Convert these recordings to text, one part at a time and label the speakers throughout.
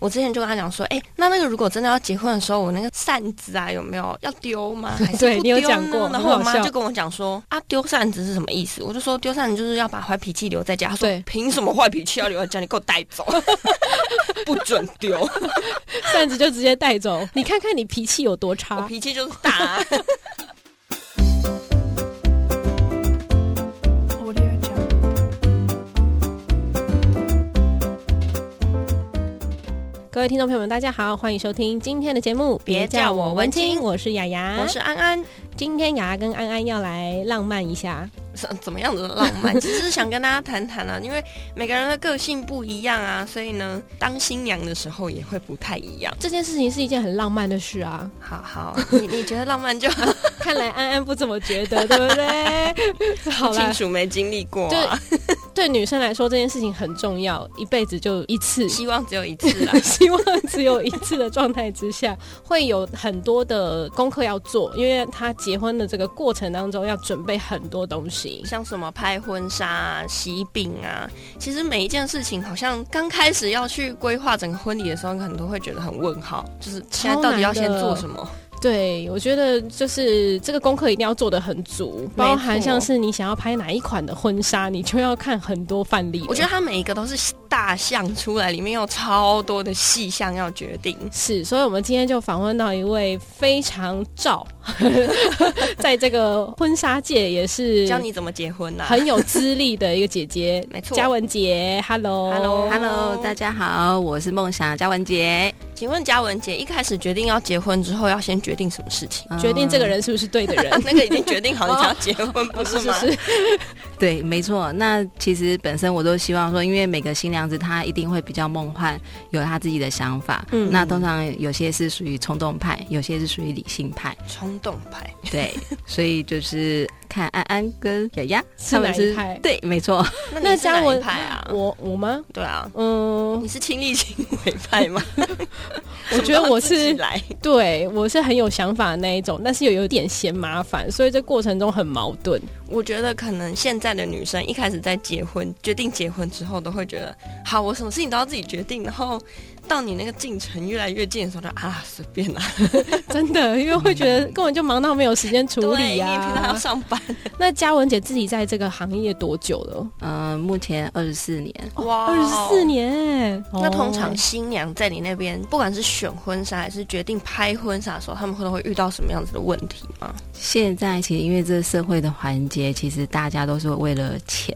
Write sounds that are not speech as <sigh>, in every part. Speaker 1: 我之前就跟他讲说，哎、那那个如果真的要结婚的时候，我那个扇子啊，有没有要丢
Speaker 2: <laughs>
Speaker 1: 吗？还是
Speaker 2: 对
Speaker 1: 不
Speaker 2: 你有
Speaker 1: 丢
Speaker 2: 讲
Speaker 1: 呢
Speaker 2: 过
Speaker 1: 然
Speaker 2: 很
Speaker 1: 后我
Speaker 2: 好
Speaker 1: 妈
Speaker 2: 笑
Speaker 1: 就跟我讲说，啊，丢扇子是什么意思？我就说丢扇子就是要把坏脾气留在家。她说
Speaker 2: 对
Speaker 1: 凭什么坏脾气要留在家？你给我带走，不准 <laughs> 丢。
Speaker 2: <laughs> 扇子就直接带走。你看看你脾气有多
Speaker 1: 我
Speaker 2: 差。
Speaker 1: 脾气就是大、啊。
Speaker 2: 各位听众朋友们，大家好，欢迎收听今天的节目。
Speaker 1: 别叫我文青
Speaker 2: 我是雅雅，
Speaker 1: 我是安安，
Speaker 2: 今天雅雅跟安安要来浪漫一下。
Speaker 1: 怎怎么样的浪
Speaker 2: <laughs>
Speaker 1: 漫？其实是想跟大家谈谈啊，因为每个人的个性不一样啊，所以呢，当新娘的时候也会不太一样。
Speaker 2: 这件事情是一件很浪漫的事
Speaker 1: <laughs>
Speaker 2: 啊，
Speaker 1: 好好，
Speaker 2: <laughs>
Speaker 1: 你你觉得浪漫就好，
Speaker 2: 看来安安不怎么觉得，对
Speaker 1: <laughs>
Speaker 2: 不对？ <laughs> 好
Speaker 1: 清
Speaker 2: 啦，
Speaker 1: 楚没经历过、
Speaker 2: 对
Speaker 1: 啊，
Speaker 2: 对女生来说这件事情很重要，一辈子就一次。。
Speaker 1: 希望只有一次啦
Speaker 2: <laughs> 希望只有一次的状态之下，会有很多的功课要做，因为他结婚的这个过程当中要准备很多东西。
Speaker 1: 像什么拍婚纱啊、喜饼啊，其实每一件事情好像刚开始要去规划整个婚礼的时候，很多会觉得很问号，就是现在到底要先做什么？
Speaker 2: 对，我觉得就是这个功课一定要做得很足，包含像是你想要拍哪一款的婚纱，你就要看很多范例了。
Speaker 1: 我觉得它每一个都是大项出来，里面有超多的细项要决定。
Speaker 2: 是，所以我们今天就访问到一位非常照， <laughs> 在这个婚纱界也是
Speaker 1: 教你怎么结婚呐、啊？，
Speaker 2: 很有资历的一个姐姐
Speaker 1: 没错
Speaker 2: 嘉文姐，Hello。
Speaker 1: Hello
Speaker 3: Hello，大家好，我是梦想嘉文杰。
Speaker 1: 请问嘉文姐一开始决定要结婚之后，要先决定什么事情？ <laughs>
Speaker 2: 决定这个人是不是对的人，
Speaker 1: 那个已经决定好你才要结婚，不 <laughs> 是
Speaker 2: 是
Speaker 3: <laughs>
Speaker 1: 吗？
Speaker 2: 是，
Speaker 3: 对，没错。那其实本身我都希望说，因为每个新娘子她一定会比较梦幻，有她自己的想法。
Speaker 2: 嗯
Speaker 3: 那通常有些是属于冲动派，有些是属于理性派。
Speaker 1: 冲动派，
Speaker 2: <laughs>
Speaker 3: 对，所以就是看安安跟雅雅
Speaker 2: 是
Speaker 3: 他们
Speaker 2: 哪一
Speaker 3: 是
Speaker 2: 派
Speaker 3: 对，没错。
Speaker 1: 那
Speaker 2: 那
Speaker 1: 你是
Speaker 2: 嘉
Speaker 1: 哪
Speaker 2: 文嗯
Speaker 1: 一派啊？
Speaker 2: 我我吗？
Speaker 1: 对啊， <laughs>
Speaker 2: 嗯，
Speaker 1: 你是亲力亲为派吗？
Speaker 2: 我觉得
Speaker 1: <laughs>
Speaker 2: 我
Speaker 1: 什么都要自己
Speaker 2: 是
Speaker 1: 来，
Speaker 2: 对我是很有想法的那一种，但是又有点嫌麻烦，所以这过程中很矛盾。 <laughs>
Speaker 1: 我觉得可能现在的女生一开始在结婚决定结婚之后，都会觉得好，我什么事情都要自己决定，然后到你那个进程越来越近的时候就，啊随便啦、
Speaker 2: 真的，因为会觉得根本就忙到没有时间 <laughs> 处
Speaker 1: 对，
Speaker 2: 理
Speaker 1: 因为平常要
Speaker 2: 啊。
Speaker 1: 上班，
Speaker 2: <laughs> 那嘉文姐自己在这个行业多久了？
Speaker 3: 嗯、目前二十四年，
Speaker 1: 哇
Speaker 2: 二十四。年。
Speaker 1: 哦那通常
Speaker 2: 哦
Speaker 1: 新娘在你那边，不管是选婚纱还是决定拍婚纱的时候，他们会都会遇到什么样子的问题吗？
Speaker 3: 现在其实因为这社会的环节，其实大家都是为了
Speaker 2: <laughs>
Speaker 3: 钱，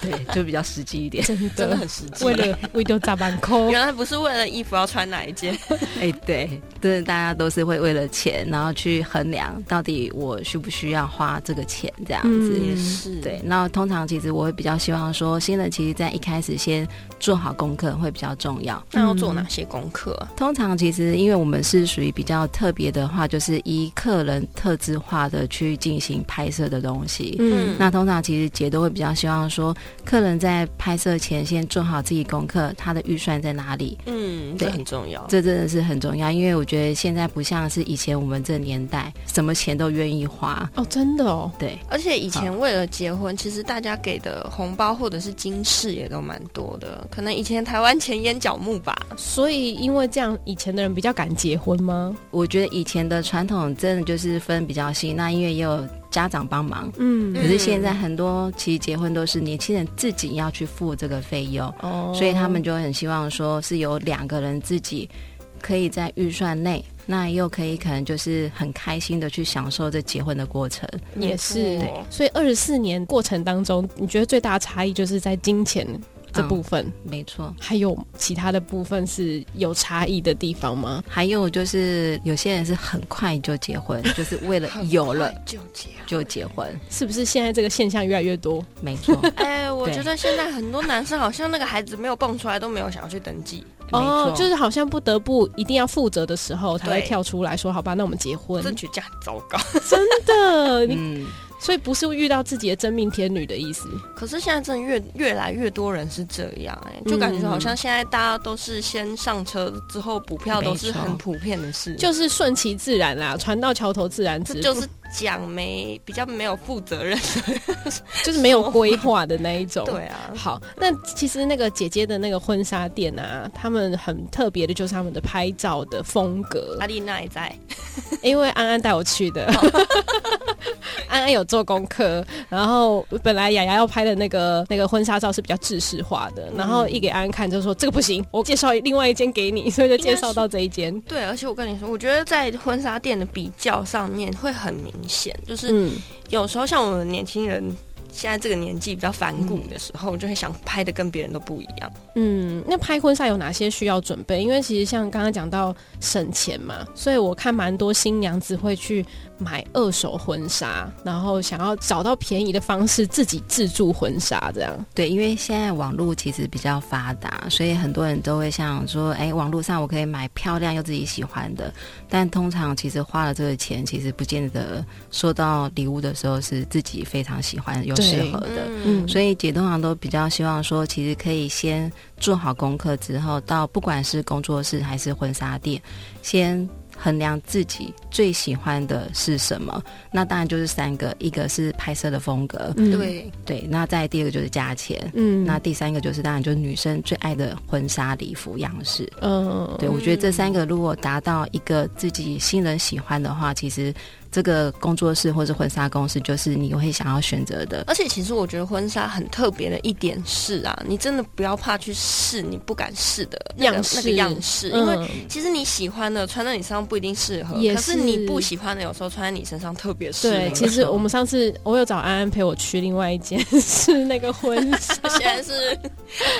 Speaker 3: 对，就比较实际一点。
Speaker 2: 真
Speaker 1: 真的
Speaker 2: 的
Speaker 1: 很实际。
Speaker 2: 为了为了砸板
Speaker 1: <laughs>
Speaker 2: 扣，
Speaker 1: 原来不是为了衣服要穿哪一件，
Speaker 3: <laughs> 哎、对，真的，大家都是会为了钱，然后去衡量到底我需不需要花这个钱这样子。
Speaker 2: 嗯也
Speaker 1: 是
Speaker 3: 对，，那通常其实我会比较希望说，新人其实在一开始先做好功课会比较重要。
Speaker 1: 那要做哪些功课啊？
Speaker 3: 通常其实因为我们是属于比较特别的话，就是依客人特质化的去进行拍摄的东西。
Speaker 2: 嗯，
Speaker 3: 那通常其实姐都会比较希望说，客人在拍摄前先做好自己功课，他的预算在哪里，
Speaker 1: 嗯，
Speaker 3: 对
Speaker 1: 这很重要。
Speaker 3: 这真的是很重要，因为我觉得现在不像是以前我们这年代，什么钱都愿意花。
Speaker 2: 哦，真的哦，
Speaker 3: 对，
Speaker 1: 而且以前为了结婚，其实大家给的红包或者是金饰也都蛮多的，可能以前台湾前眼角木吧，
Speaker 2: 所以因为这样，以前的人比较敢结婚吗？
Speaker 3: 我觉得以前的传统真的就是分比较细，那因为也有家长帮忙。
Speaker 2: 嗯
Speaker 3: 可是现在很多其实结婚都是年轻人自己要去付这个费用，
Speaker 2: 哦
Speaker 3: 所以他们就很希望说是有两个人自己可以在预算内，那又可以可能就是很开心的去享受这结婚的过程。
Speaker 2: 也是
Speaker 1: 没错，
Speaker 2: 所以二十四年过程当中，你觉得最大的差异就是在金钱这部分，
Speaker 1: 嗯
Speaker 3: 没错。
Speaker 2: 还有其他的部分是有差异的地方吗？
Speaker 3: 还有就是，有些人是很快就结婚，就是为了有了
Speaker 1: 很快就结婚。
Speaker 3: 就结婚，
Speaker 2: 是不是现在这个现象越来越多？
Speaker 3: 没 <laughs> 错，
Speaker 1: 哎，我
Speaker 3: 对
Speaker 1: 觉得现在很多男生好像那个孩子没有蹦出来，都没有想要去登记，
Speaker 3: 没错，
Speaker 2: 哦就是好像不得不一定要负责的时候，才会
Speaker 1: 对嗯
Speaker 2: 跳出来说：“好吧，那我们结婚。”
Speaker 1: 这局架很糟糕。
Speaker 2: 真的，你
Speaker 3: 嗯，
Speaker 2: 所以不是遇到自己的真命天女的意思。
Speaker 1: 可是现在真的越越来越多人是这样、哎，就感觉好像现在大家都是先上车之后补票都是很普遍的事，
Speaker 2: 就是顺其自然啦，船到桥头自然直，
Speaker 1: 这就是讲没比较没有负责任的，
Speaker 2: 就是没有规划的那一种。
Speaker 1: <laughs> 对啊，
Speaker 2: 好，那其实那个姐姐的那个婚纱店啊，他们很特别的，就是他们的拍照的风格
Speaker 1: 阿，丽娜也在，
Speaker 2: 因为安安带我去的， <laughs> 安安有做功课，然后本来雅雅要拍的那个那个婚纱照是比较制式化的，然后一给安安看就说这个不行，我介绍另外一间给你，所以就介绍到这一间。
Speaker 1: 对，而且我跟你说，我觉得在婚纱店的比较上面会很明显，就是
Speaker 2: 嗯，
Speaker 1: 有时候像我们年轻人。现在这个年纪比较反骨的时候，就会想拍的跟别人都不一样。
Speaker 2: 嗯，那拍婚纱有哪些需要准备？因为其实像刚刚讲到省钱嘛，所以我看蛮多新娘子会去买二手婚纱，然后想要找到便宜的方式自己自助婚纱这样。
Speaker 3: 对，因为现在网络其实比较发达，所以很多人都会想说，哎，网络上我可以买漂亮又自己喜欢的，但通常其实花了这个钱，其实不见得收到礼物的时候是自己非常喜欢又适合的。
Speaker 1: 嗯，
Speaker 3: 所以姐通常都比较希望说，其实可以先做好功课之后，到不管是工作室还是婚纱店，先衡量自己最喜欢的是什么。那当然就是三个，一个是拍摄的风格，
Speaker 2: 嗯，
Speaker 1: 对，
Speaker 3: 对，那再第二个就是价钱。
Speaker 2: 嗯，
Speaker 3: 那第三个就是，当然就是女生最爱的婚纱礼服样式。
Speaker 2: 嗯，
Speaker 3: 对，我觉得这三个如果达到一个自己新人喜欢的话，其实这个工作室或是婚纱公司就是你会想要选择的。
Speaker 1: 而且其实我觉得婚纱很特别的一点是啊，你真的不要怕去试你不敢试的那个
Speaker 2: 样式
Speaker 1: 那个样式，因为
Speaker 2: 嗯，
Speaker 1: 其实你喜欢的穿在你身上不一定适合，
Speaker 2: 也
Speaker 1: 可是
Speaker 2: 是
Speaker 1: 你不喜欢的有时候穿在你身上特别适合。
Speaker 2: 对，其实我们上次我有找安安陪我去另外一间是那个婚
Speaker 1: <laughs>
Speaker 2: 纱，
Speaker 1: <laughs> 现在是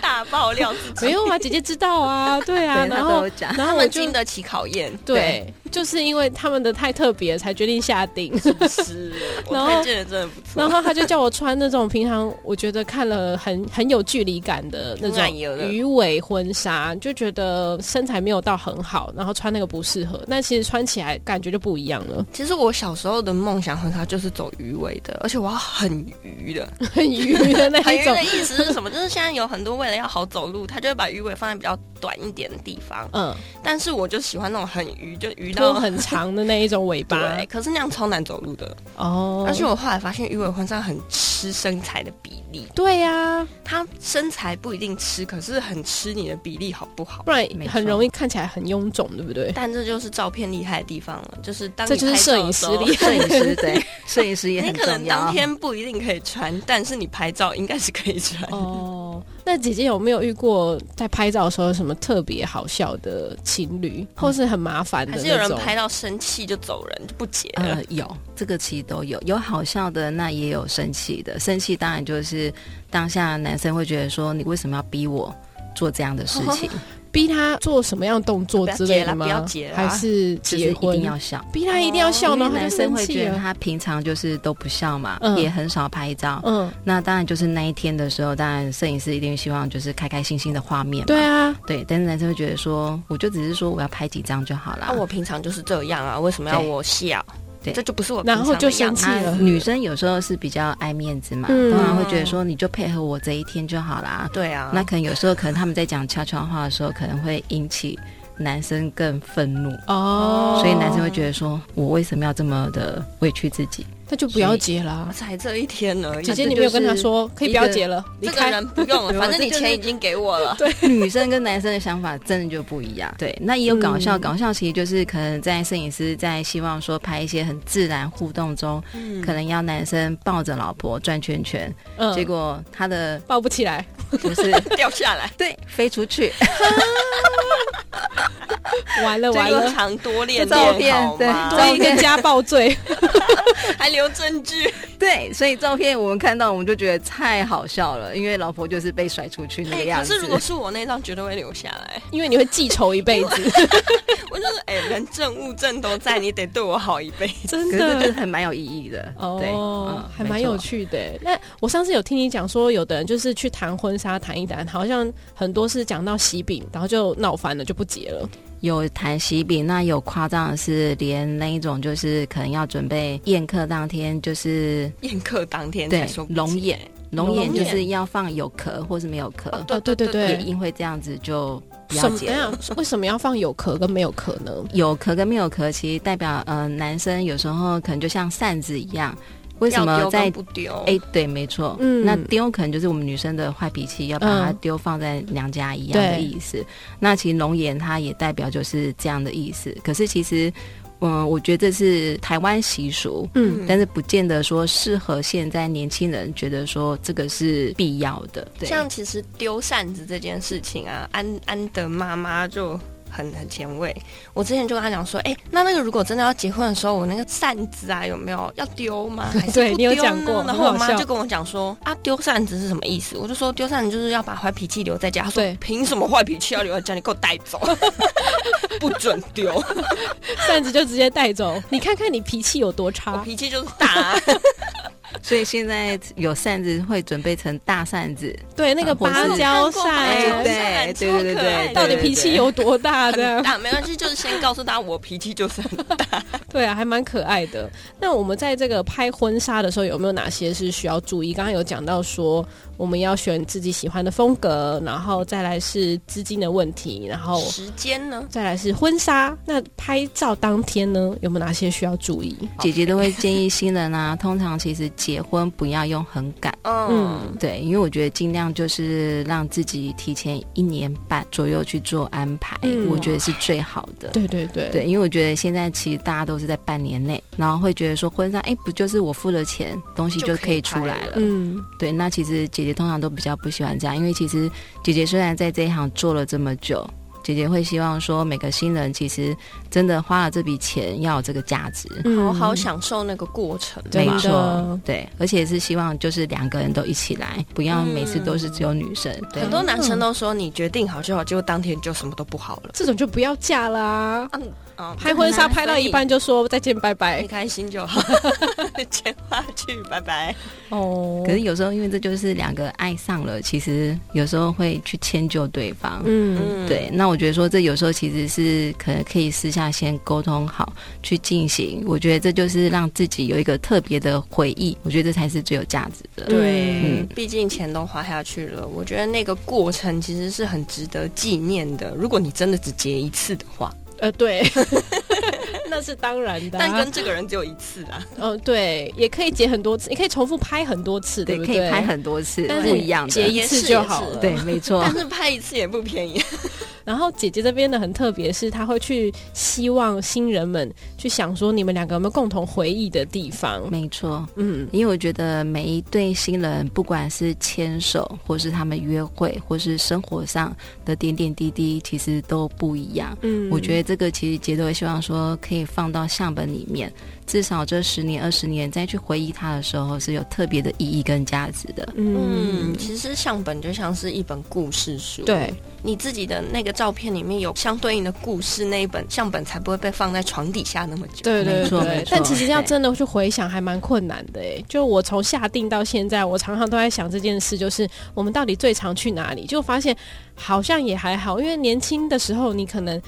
Speaker 1: 大爆料自己，
Speaker 2: 没有啊，姐姐知道啊，对啊，
Speaker 3: 对
Speaker 2: 然
Speaker 3: 他都
Speaker 2: 后
Speaker 3: 有讲。
Speaker 1: <laughs> 他
Speaker 2: 然后我
Speaker 1: 们
Speaker 2: 就
Speaker 1: 经得起考验，
Speaker 2: 对，就是因为他们的太特别，才决定下定。 <laughs>
Speaker 1: 对，是，我
Speaker 2: 然后
Speaker 1: 推荐的真的不错。
Speaker 2: <laughs> 然后他就叫我穿那种平常我觉得看了很很有距离感的那
Speaker 1: 很奶油
Speaker 2: 种
Speaker 1: 的
Speaker 2: 鱼尾婚纱，就觉得身材没有到很好，然后穿那个不适合，但其实穿起来感觉就不一样了，
Speaker 1: 其实我小时候的梦想婚纱就是走鱼尾的，而且我要很鱼的。
Speaker 2: 很鱼的那
Speaker 1: 很
Speaker 2: 一
Speaker 1: 鱼
Speaker 2: 种
Speaker 1: 的。意思是什么？就是现在有很多为了要好走路，他就会把鱼尾放在比较短一点的地方。
Speaker 2: 嗯，
Speaker 1: 但是我就喜欢那种很鱼，就鱼
Speaker 2: 拖
Speaker 1: 到
Speaker 2: 很长的那一种尾巴
Speaker 1: 对，可是那样超难走路的。
Speaker 2: 哦，
Speaker 1: 而且我后来发现鱼尾婚纱很吃身材的比例，
Speaker 2: 对啊呀、
Speaker 1: 它身材不一定吃，可是很吃你的比例好不好
Speaker 2: 不？然
Speaker 3: 没错
Speaker 2: 很容易看起来很臃肿，对不对？
Speaker 1: 但这就是照片厉害的地方了，就是当
Speaker 2: 这就是摄影师厉
Speaker 1: 厉
Speaker 2: 害
Speaker 1: 害。
Speaker 3: <laughs> 摄影
Speaker 1: <laughs>
Speaker 3: 师对，摄影师也
Speaker 1: 你
Speaker 3: 很
Speaker 1: 可能
Speaker 3: 重
Speaker 1: 当
Speaker 3: 要。
Speaker 1: 天不一定可以穿，但是你拍照应该是可以穿。
Speaker 2: 哦，那姐姐有没有遇过在拍照的时候有什么特别好笑的情侣，或是很麻烦
Speaker 1: 嗯
Speaker 2: 的
Speaker 1: 还
Speaker 2: 那
Speaker 1: 是
Speaker 2: 种？嗯
Speaker 1: 有人拍到生气就走人，就不结了。
Speaker 3: 呃，有这个其实都有，有好笑的，那也有生气的。生气当然就是当下男生会觉得说，你为什么要逼我做这样的事
Speaker 1: <laughs>
Speaker 3: 情？
Speaker 2: 逼他做什么样动作之类的吗？
Speaker 1: 不要结啦不要结
Speaker 2: 还
Speaker 1: 啦
Speaker 2: 是
Speaker 3: 就是
Speaker 2: 结
Speaker 3: 一
Speaker 2: 婚
Speaker 3: 定要笑。
Speaker 2: 逼他一定要笑
Speaker 3: 因为
Speaker 2: 呢？他
Speaker 3: 男
Speaker 2: 就
Speaker 3: 生
Speaker 2: 生
Speaker 3: 会
Speaker 2: 气
Speaker 3: 觉得
Speaker 2: 了。
Speaker 3: 他平常就是都不笑嘛，
Speaker 2: 嗯
Speaker 3: 也很少拍照。
Speaker 2: 嗯，
Speaker 3: 那当然就是那一天的时候，当然摄影师一定希望就是开开心心的画面嘛。
Speaker 2: 对啊，
Speaker 3: 对，但是男生会觉得说，我就只是说我要拍几张就好啦。
Speaker 1: 啊，我平常就是这样啊，为什么要
Speaker 3: 对
Speaker 1: 我笑？
Speaker 3: 对
Speaker 1: 这就不是我平
Speaker 2: 然
Speaker 1: 常
Speaker 2: 后就
Speaker 1: 的样
Speaker 2: 生
Speaker 1: 子
Speaker 2: 气了。
Speaker 3: 啊女生有时候是比较爱面子嘛，
Speaker 2: 嗯
Speaker 3: 通常会觉得说你就配合我这一天就好啦。
Speaker 1: 对啊，
Speaker 3: 那可能有时候可能他们在讲悄悄话的时候，可能会引起男生更愤怒，
Speaker 2: 哦，
Speaker 3: 所以男生会觉得说我为什么要这么的委屈自己？
Speaker 2: 那就不要结啦。
Speaker 1: 才这一天而已
Speaker 2: 姐。姐，
Speaker 3: 这
Speaker 2: 你没有
Speaker 3: 就是
Speaker 2: 跟他说可以不要结了，离
Speaker 1: 这个
Speaker 2: 开。
Speaker 1: 人不用
Speaker 2: <laughs>
Speaker 1: 了，
Speaker 3: 对
Speaker 1: 反正你
Speaker 3: 这就是
Speaker 1: 钱已经给我了。
Speaker 3: 女生跟男生的想法真的就不一样。对，那也有搞笑，
Speaker 2: 嗯
Speaker 3: 搞笑其实就是可能在摄影师在希望说拍一些很自然互动中，可能要男生抱着老婆转圈圈，
Speaker 2: 嗯
Speaker 3: 结果他的
Speaker 2: 抱不起来，
Speaker 3: 就是 <laughs>
Speaker 1: 掉下来，
Speaker 3: 对飞出去，
Speaker 2: 完了完
Speaker 1: 多
Speaker 2: 了，
Speaker 1: 长多练
Speaker 3: 这照
Speaker 1: 练
Speaker 3: 片
Speaker 1: 好吗？
Speaker 2: 多一个家暴罪。
Speaker 1: 还留证据。
Speaker 3: 对，所以照片我们看到我们就觉得太好笑了，因为老婆就是被甩出去那个
Speaker 1: 哎，
Speaker 3: 样
Speaker 1: 可
Speaker 3: 子。
Speaker 1: 是如果是我那张，绝对会留下来。
Speaker 2: 因为你会记仇一辈子，
Speaker 1: 我就是哎，人证物证都在，你得对我好一辈子。
Speaker 2: 真
Speaker 3: 可是这就是
Speaker 2: 的。
Speaker 3: 很蛮有意义的，对，
Speaker 2: <laughs> 哦
Speaker 3: 嗯，
Speaker 2: 还蛮有。趣的。那我上次有听你讲说，有的人就是去谈婚纱谈一谈，好像很多是讲到喜饼，然后就闹翻了，就不结了。
Speaker 3: 有谈喜饼，那有夸张的是，连那一种就是可能要准备宴客当天，就是
Speaker 1: <laughs> 宴客当天
Speaker 3: 对
Speaker 1: 才说不
Speaker 3: 龙
Speaker 1: 急
Speaker 3: 眼，龙
Speaker 2: 龙
Speaker 3: 眼就
Speaker 1: 眼
Speaker 3: 是要放有壳或是没有壳，
Speaker 1: 哦
Speaker 2: 哦对对对
Speaker 3: 也因为这样子就不要
Speaker 2: 什么？
Speaker 3: 结
Speaker 2: 等一
Speaker 3: 了。
Speaker 2: 下为什么要放有壳跟没有壳呢？
Speaker 3: 有壳跟没有壳，其实代表呃男生有时候可能就像扇子一样，为什
Speaker 1: 要
Speaker 3: 么
Speaker 1: 丢跟
Speaker 3: 在
Speaker 1: 不丢？
Speaker 3: 哎、对，没错。
Speaker 2: 嗯
Speaker 3: 那丢可能就是我们女生的坏脾气，要把它
Speaker 2: 嗯
Speaker 3: 丢放在娘家一样的
Speaker 2: 对
Speaker 3: 意思。那其实龙眼它也代表就是这样的意思。可是其实，嗯、我觉得这是台湾习俗。
Speaker 2: 嗯，
Speaker 3: 但是不见得说适合现在年轻人觉得说这个是必要的，对，
Speaker 1: 像其实丢扇子这件事情啊，安安的妈妈就很很前卫。我之前就跟她讲说，哎、那那个如果真的要结婚的时候，我那个扇子啊，有没有要丢吗？还是
Speaker 2: 对
Speaker 1: 不
Speaker 2: 你有
Speaker 1: 丢呢
Speaker 2: 讲过
Speaker 1: 然后我
Speaker 2: 很
Speaker 1: 妈
Speaker 2: 好笑
Speaker 1: 就跟我讲说，啊，丢扇子是什么意思？我就说丢扇子就是要把坏脾气留在家。她说
Speaker 2: 对
Speaker 1: 凭什么坏脾气要留在家？你给我带走， <laughs> 不准丢。
Speaker 2: 扇子就直接带走。你看看你脾气有多
Speaker 1: 我
Speaker 2: 差，
Speaker 1: 脾气就是大、
Speaker 3: <laughs>
Speaker 1: 啊。
Speaker 3: 所以现在有扇子会准备成大扇子，
Speaker 2: 对那个
Speaker 3: 或是
Speaker 2: 芭蕉
Speaker 1: 哎
Speaker 2: 扇，
Speaker 3: 对对对对对，
Speaker 2: 到底脾气有多大？这样
Speaker 1: 很大没关系，就是先告诉大家我脾气就是很
Speaker 2: 对啊，还蛮可爱的。那我们在这个拍婚纱的时候，有没有哪些是需要注意？刚刚有讲到说，我们要选自己喜欢的风格，然后再来是资金的问题，然
Speaker 3: 哦
Speaker 2: 后
Speaker 1: 时间呢。
Speaker 2: 再来是婚纱。那拍照当天呢，有没有哪些需要注意？
Speaker 3: 姐姐都会建议新人啊，通常其实结婚不要用很赶，
Speaker 1: 嗯，
Speaker 2: 嗯，
Speaker 3: 对，因为我觉得尽量就是让自己提前一年半左右去做安排，
Speaker 2: 嗯
Speaker 3: 我觉得是最好的。
Speaker 2: 对对对
Speaker 3: 对，因为我觉得现在其实大家都是在半年内，然后会觉得说婚纱，哎，不就是我付了钱，东西就可以出来了。
Speaker 2: 嗯，
Speaker 3: 对，那其实姐姐通常都比较不喜欢这样，因为其实姐姐虽然在这一行做了这么久，姐姐会希望说每个新人其实真的花了这笔钱要有这个价值。
Speaker 2: 嗯
Speaker 1: 好好享受那个过程。
Speaker 2: 真
Speaker 3: 没
Speaker 2: 的
Speaker 3: 错，对，而且是希望就是两个人都一起来，不要每次都是只有女生。对
Speaker 1: 很，多男生都说你决定好就好，结果当天就什么都不好了。
Speaker 2: 这种就不要嫁啦。
Speaker 1: 嗯啊，
Speaker 2: 拍婚纱
Speaker 1: 很难
Speaker 2: 拍到一半就说再见拜
Speaker 1: 所以
Speaker 2: 拜
Speaker 1: 你开心就 <laughs> 好，钱花去，拜拜。
Speaker 2: 哦
Speaker 3: 可是有时候因为这就是两个爱上了，其实有时候会去迁就对方。
Speaker 2: 嗯，
Speaker 3: 对，那我觉得说这有时候其实是可能可以私下先沟通好去进行，我觉得这就是让自己有一个特别的回忆，我觉得这才是最有价值的。
Speaker 1: 对
Speaker 3: 嗯，
Speaker 1: 毕竟钱都花下去了，我觉得那个过程其实是很值得纪念的。如果你真的只结一次的话，
Speaker 2: 呃对， <laughs> 那是当然的啊。
Speaker 1: 但跟这个人只有一次啊，
Speaker 2: 嗯，对，也可以结很多次，你可以重复拍很多次，
Speaker 3: 对，
Speaker 2: 不
Speaker 3: 可
Speaker 2: 对？
Speaker 3: 以拍很多次，
Speaker 2: 但是
Speaker 3: 不一样
Speaker 2: 结
Speaker 3: 的。
Speaker 2: 一次
Speaker 1: 也是
Speaker 2: 就好
Speaker 1: 也
Speaker 2: 了。
Speaker 1: 是
Speaker 3: 对，没
Speaker 2: 嗯
Speaker 3: 错
Speaker 1: 但。是拍一次也不便宜。
Speaker 2: 然后姐姐这边呢很特别，是她会去希望新人们去想说你们两个有没有共同回忆的地方。
Speaker 3: 没错，
Speaker 2: 嗯，
Speaker 3: 因为我觉得每一对新人，不管是牵手，或是他们约会，或是生活上的点点滴滴，其实都不一样。
Speaker 2: 嗯
Speaker 3: 我觉得这个其实杰都会希望说，可以放到相本里面，至少这十年、二十年再去回忆它的时候，是有特别的意义跟价值的。
Speaker 2: <laughs> 嗯
Speaker 1: 嗯，，其实相本就像是一本故事书，
Speaker 2: 对，
Speaker 1: 你自己的那个照片里面有相对应的故事，那一本相本才不会被放在床底下那么久。
Speaker 2: 对对
Speaker 3: 没错
Speaker 2: 对
Speaker 3: 没错。
Speaker 2: 但其实要真的去回想，还蛮困难的诶。就我从下定到现在，我常常都在想这件事，就是我们到底最常去哪里？就发现好像也还好，因为年轻的时候你可能。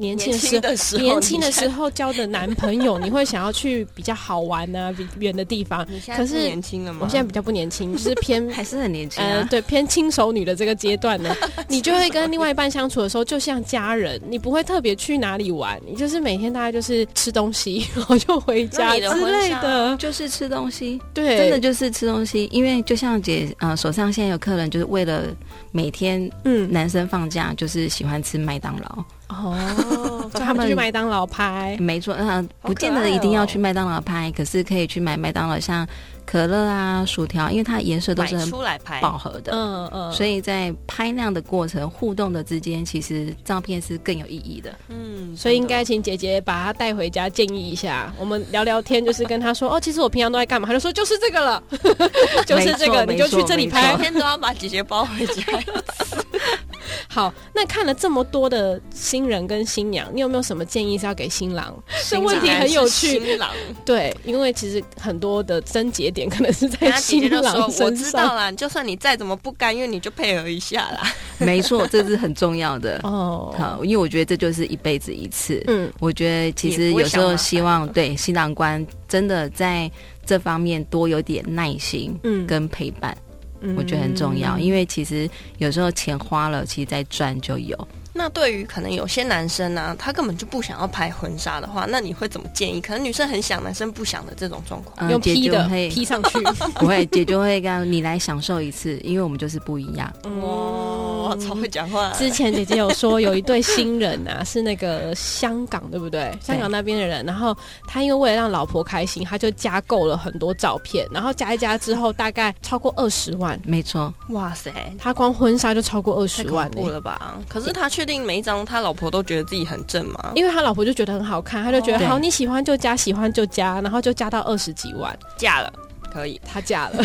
Speaker 2: 年轻
Speaker 1: 年
Speaker 2: 的时
Speaker 1: 轻的时候，
Speaker 2: 候年轻的
Speaker 1: 候
Speaker 2: 时候交的男朋友，你会想要去比较好玩啊、比远的地方。
Speaker 1: 你现在
Speaker 2: 可
Speaker 1: 不
Speaker 2: 是
Speaker 1: 年轻了吗？
Speaker 2: 我现在比较不年轻，就是偏
Speaker 3: <laughs> 还是很年轻
Speaker 2: 呃，
Speaker 3: 啊，
Speaker 2: 对，偏轻熟女的这个阶段 <laughs> 呢，你就会跟另外一半相处的时候，就像家人，你不会特别去哪里玩，你就是每天大概就是吃东西， <laughs> 然后就回家
Speaker 1: 那
Speaker 2: 之
Speaker 1: 你的婚纱
Speaker 2: 类的，
Speaker 3: 就是吃东西，
Speaker 2: 对，
Speaker 3: 真的，就是吃东西。因为就像姐呃手上现在有客人，就是为了每天
Speaker 2: 嗯，
Speaker 3: 男生放假就是喜欢吃麦当劳，
Speaker 2: 哦，所以他
Speaker 3: 他
Speaker 2: 们
Speaker 3: 们
Speaker 2: 就去麦当劳拍，
Speaker 3: 没错，嗯、
Speaker 1: 好
Speaker 3: 不见
Speaker 1: 可爱
Speaker 3: 得
Speaker 1: 哦
Speaker 3: 一定要去麦当劳拍，可是可以去买麦当劳像可乐啊、薯条，因为它的颜色都
Speaker 1: 买
Speaker 3: 是很
Speaker 1: 出来拍，
Speaker 3: 饱和的。
Speaker 2: 嗯嗯，
Speaker 3: 所
Speaker 2: 以
Speaker 3: 以在拍那样的过程互动的之间，其实照片是更有意义的。
Speaker 1: 嗯，
Speaker 2: 所以应
Speaker 1: 真的
Speaker 2: 该请姐姐把她带回家，建议一下，我们聊聊天，就是跟她说，哦，其实我平常都在干嘛，她就说就是这个 <laughs> 了，就是这个，
Speaker 3: 没错
Speaker 2: 你就去这里
Speaker 3: 没错
Speaker 2: 拍
Speaker 3: 没
Speaker 1: 每。天都要把姐姐抱回家。
Speaker 2: 好，那看了这么多的新人跟新娘，你有没有什么建议是要给新郎？这
Speaker 1: 新
Speaker 2: 问题
Speaker 1: 郎
Speaker 2: 很有
Speaker 1: 是
Speaker 2: 趣
Speaker 1: 新
Speaker 2: <laughs>
Speaker 1: 郎，
Speaker 2: 对，因为其实很多的症结点可能是在
Speaker 1: 然后姐
Speaker 2: 新
Speaker 1: 姐就说
Speaker 2: 郎：“
Speaker 1: 我
Speaker 2: 身
Speaker 1: 知
Speaker 2: 上。
Speaker 1: 道啦，就算你再怎么不甘愿，你就配合一下啦。
Speaker 3: 没错，这是很重要的。
Speaker 2: <laughs> 哦，
Speaker 3: 好，因为我觉得这就是一辈子一次。
Speaker 2: 嗯，
Speaker 3: 我觉得其
Speaker 1: 也
Speaker 3: 实
Speaker 1: 不会
Speaker 3: 有时
Speaker 1: 想麻
Speaker 3: 候
Speaker 1: 烦
Speaker 3: 希望对新郎官真的在这方面多有点耐心
Speaker 2: 嗯
Speaker 3: 跟陪伴，
Speaker 2: 嗯
Speaker 3: 我觉得很重要。因为其实有时候钱花了，其实再赚就有。
Speaker 1: 那对于可能有些男生呢、他根本就不想要拍婚纱的话，那你会怎么建议？可能女生很想，男生不想的这种状况。
Speaker 3: 嗯，
Speaker 2: 用
Speaker 3: 姐
Speaker 2: 劈
Speaker 3: 就
Speaker 2: 的
Speaker 3: 会
Speaker 2: 劈上去，
Speaker 3: <laughs> 不会，姐就会跟他说你来享受一次，因为我们就是不一样。
Speaker 1: 哇，超会讲话！
Speaker 2: 嗯之前姐姐有说有一对新人啊，是那个香港对不对？香港那边的人，然后他因为为了让老婆开心，他就加购了很多照片，然后加一加之后大概超过二十万，
Speaker 3: 没错，
Speaker 1: 哇塞，
Speaker 2: 他光婚纱就超过二
Speaker 1: 太
Speaker 2: 十
Speaker 1: 恐
Speaker 2: 万、
Speaker 1: 怖
Speaker 2: 欸。
Speaker 1: 了吧？嗯可是他确定每一张他老婆都觉得自己很正吗？
Speaker 2: 因为他老婆就觉得很好看，他就觉得、
Speaker 3: 哦
Speaker 2: 好，
Speaker 3: 对
Speaker 2: 你喜欢就加，喜欢就加，然后就加到二十几万，
Speaker 1: 嫁了可以，
Speaker 2: 他嫁了。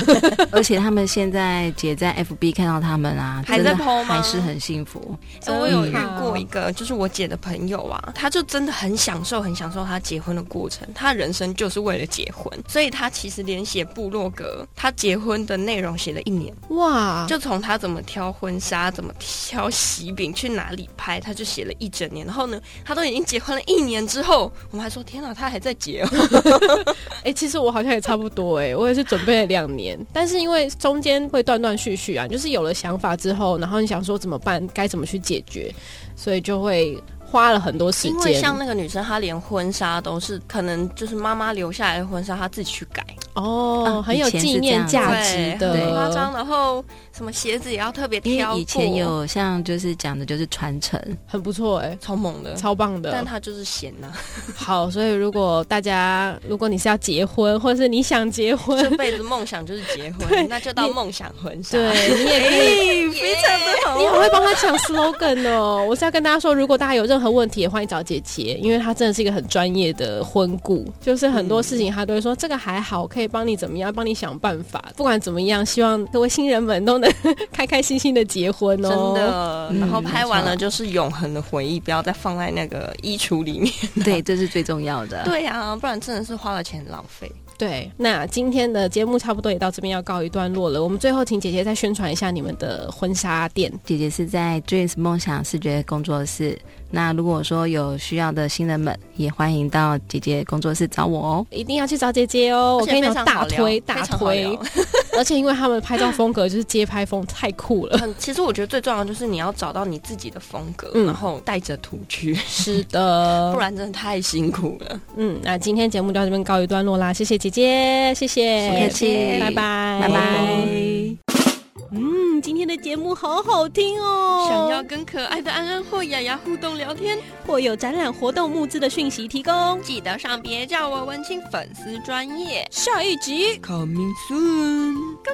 Speaker 3: 而且他们现在姐在 FB 看到他们啊，
Speaker 1: 还
Speaker 3: 真的
Speaker 1: 在 po 吗
Speaker 3: 还是很幸福。
Speaker 1: 哎我有遇
Speaker 2: 真好
Speaker 1: 过一个，就是我姐的朋友啊，她就真的很享受，很享受她结婚的过程。她人生就是为了结婚，所以她其实连写部落格，她结婚的内容写了一年，
Speaker 2: 哇，
Speaker 1: 就从她怎么挑婚纱、怎么挑喜饼、去哪里拍，她就写了一整年。然后呢，她都已经结婚了一年之后，我们还说天哪，她还在结哦。
Speaker 2: 哎、其实我好像也差不多哎、我也是准备了两年，但是因为中间会断断续续啊，就是有了想法之后，然后你想说怎么办，该怎么去解决，所以就会花了很多时
Speaker 1: <laughs> 因为
Speaker 2: 间。
Speaker 1: 像那个女生，她连婚纱都是可能就是妈妈留下来的婚纱，她自己去改。
Speaker 2: 哦，
Speaker 3: 啊
Speaker 2: 很有
Speaker 3: 以前是
Speaker 2: 纪念
Speaker 3: 这样
Speaker 2: 价
Speaker 3: 子
Speaker 2: 值
Speaker 1: 对
Speaker 2: 的，
Speaker 1: 很夸张。然后什么鞋子也要特别
Speaker 3: 因
Speaker 1: 挑
Speaker 3: 为
Speaker 1: 过，
Speaker 3: 以前有像就是讲的就是传承，
Speaker 2: 很不错哎、
Speaker 1: 超猛的，
Speaker 2: 超棒
Speaker 1: 但
Speaker 2: 的。
Speaker 1: 他就是闲 <laughs> 呐、
Speaker 2: 好，所以如果大家，如果你是要结婚，或者是你想结
Speaker 1: 这
Speaker 2: 婚，
Speaker 1: 辈子梦想就是结
Speaker 2: 对
Speaker 1: 婚，那就到梦想婚纱。
Speaker 2: 对你也可以。
Speaker 1: 哎，非常的好
Speaker 2: 你好会帮他抢 slogan 哦！我是要跟大家说，如果大家有任何问题，也欢迎找姐姐，因为她真的是一个很专业的婚顾，就是很多事情她都会说、这个还好，可以帮你怎么样，帮你想办法。不管怎么样，希望各位新人们都能开开心心的结婚
Speaker 1: 真
Speaker 2: 哦。，
Speaker 1: 的，
Speaker 3: 嗯
Speaker 1: 然后拍完了就是永恒的回忆，不要再放在那个衣橱里面。
Speaker 3: 对，这是最重要的。
Speaker 1: <laughs> 对啊，不然真的是花了钱浪费。
Speaker 2: 对。那今天的节目差不多也到这边要告一段落了，我们最后请姐姐再宣传一下你们的婚纱店。
Speaker 3: 姐姐是在 Dreams 梦想视觉工作室。那如果说有需要的新人们，也欢迎到姐姐工作室找我哦。
Speaker 2: 一定要去找姐姐哦！我
Speaker 1: 而且
Speaker 2: 跟你讲
Speaker 1: 非，常
Speaker 2: 大
Speaker 1: 好
Speaker 2: 推
Speaker 1: 聊
Speaker 2: 大
Speaker 1: 非常好
Speaker 2: 推
Speaker 1: 聊， <laughs>
Speaker 2: 而且因为他们的拍照风格就是街拍风，太酷了。
Speaker 1: 很，其实我觉得最重要的就是你要找到你自己的风格，
Speaker 2: 嗯
Speaker 1: 然后带着图去，
Speaker 2: 是的，
Speaker 1: 不然真的太辛苦了。
Speaker 2: 嗯，那今天节目就到这边告一段落啦，谢谢姐姐，谢谢，
Speaker 3: 不客气
Speaker 2: 拜拜，
Speaker 3: 拜拜。
Speaker 2: 嗯，今天的节目好好听哦。
Speaker 1: 想要跟可爱的安安或雅雅互动聊天，
Speaker 2: 或有展览活动募资的讯息提供，
Speaker 1: 记得上别叫我文青粉丝专业
Speaker 2: 下一集。
Speaker 1: coming soon。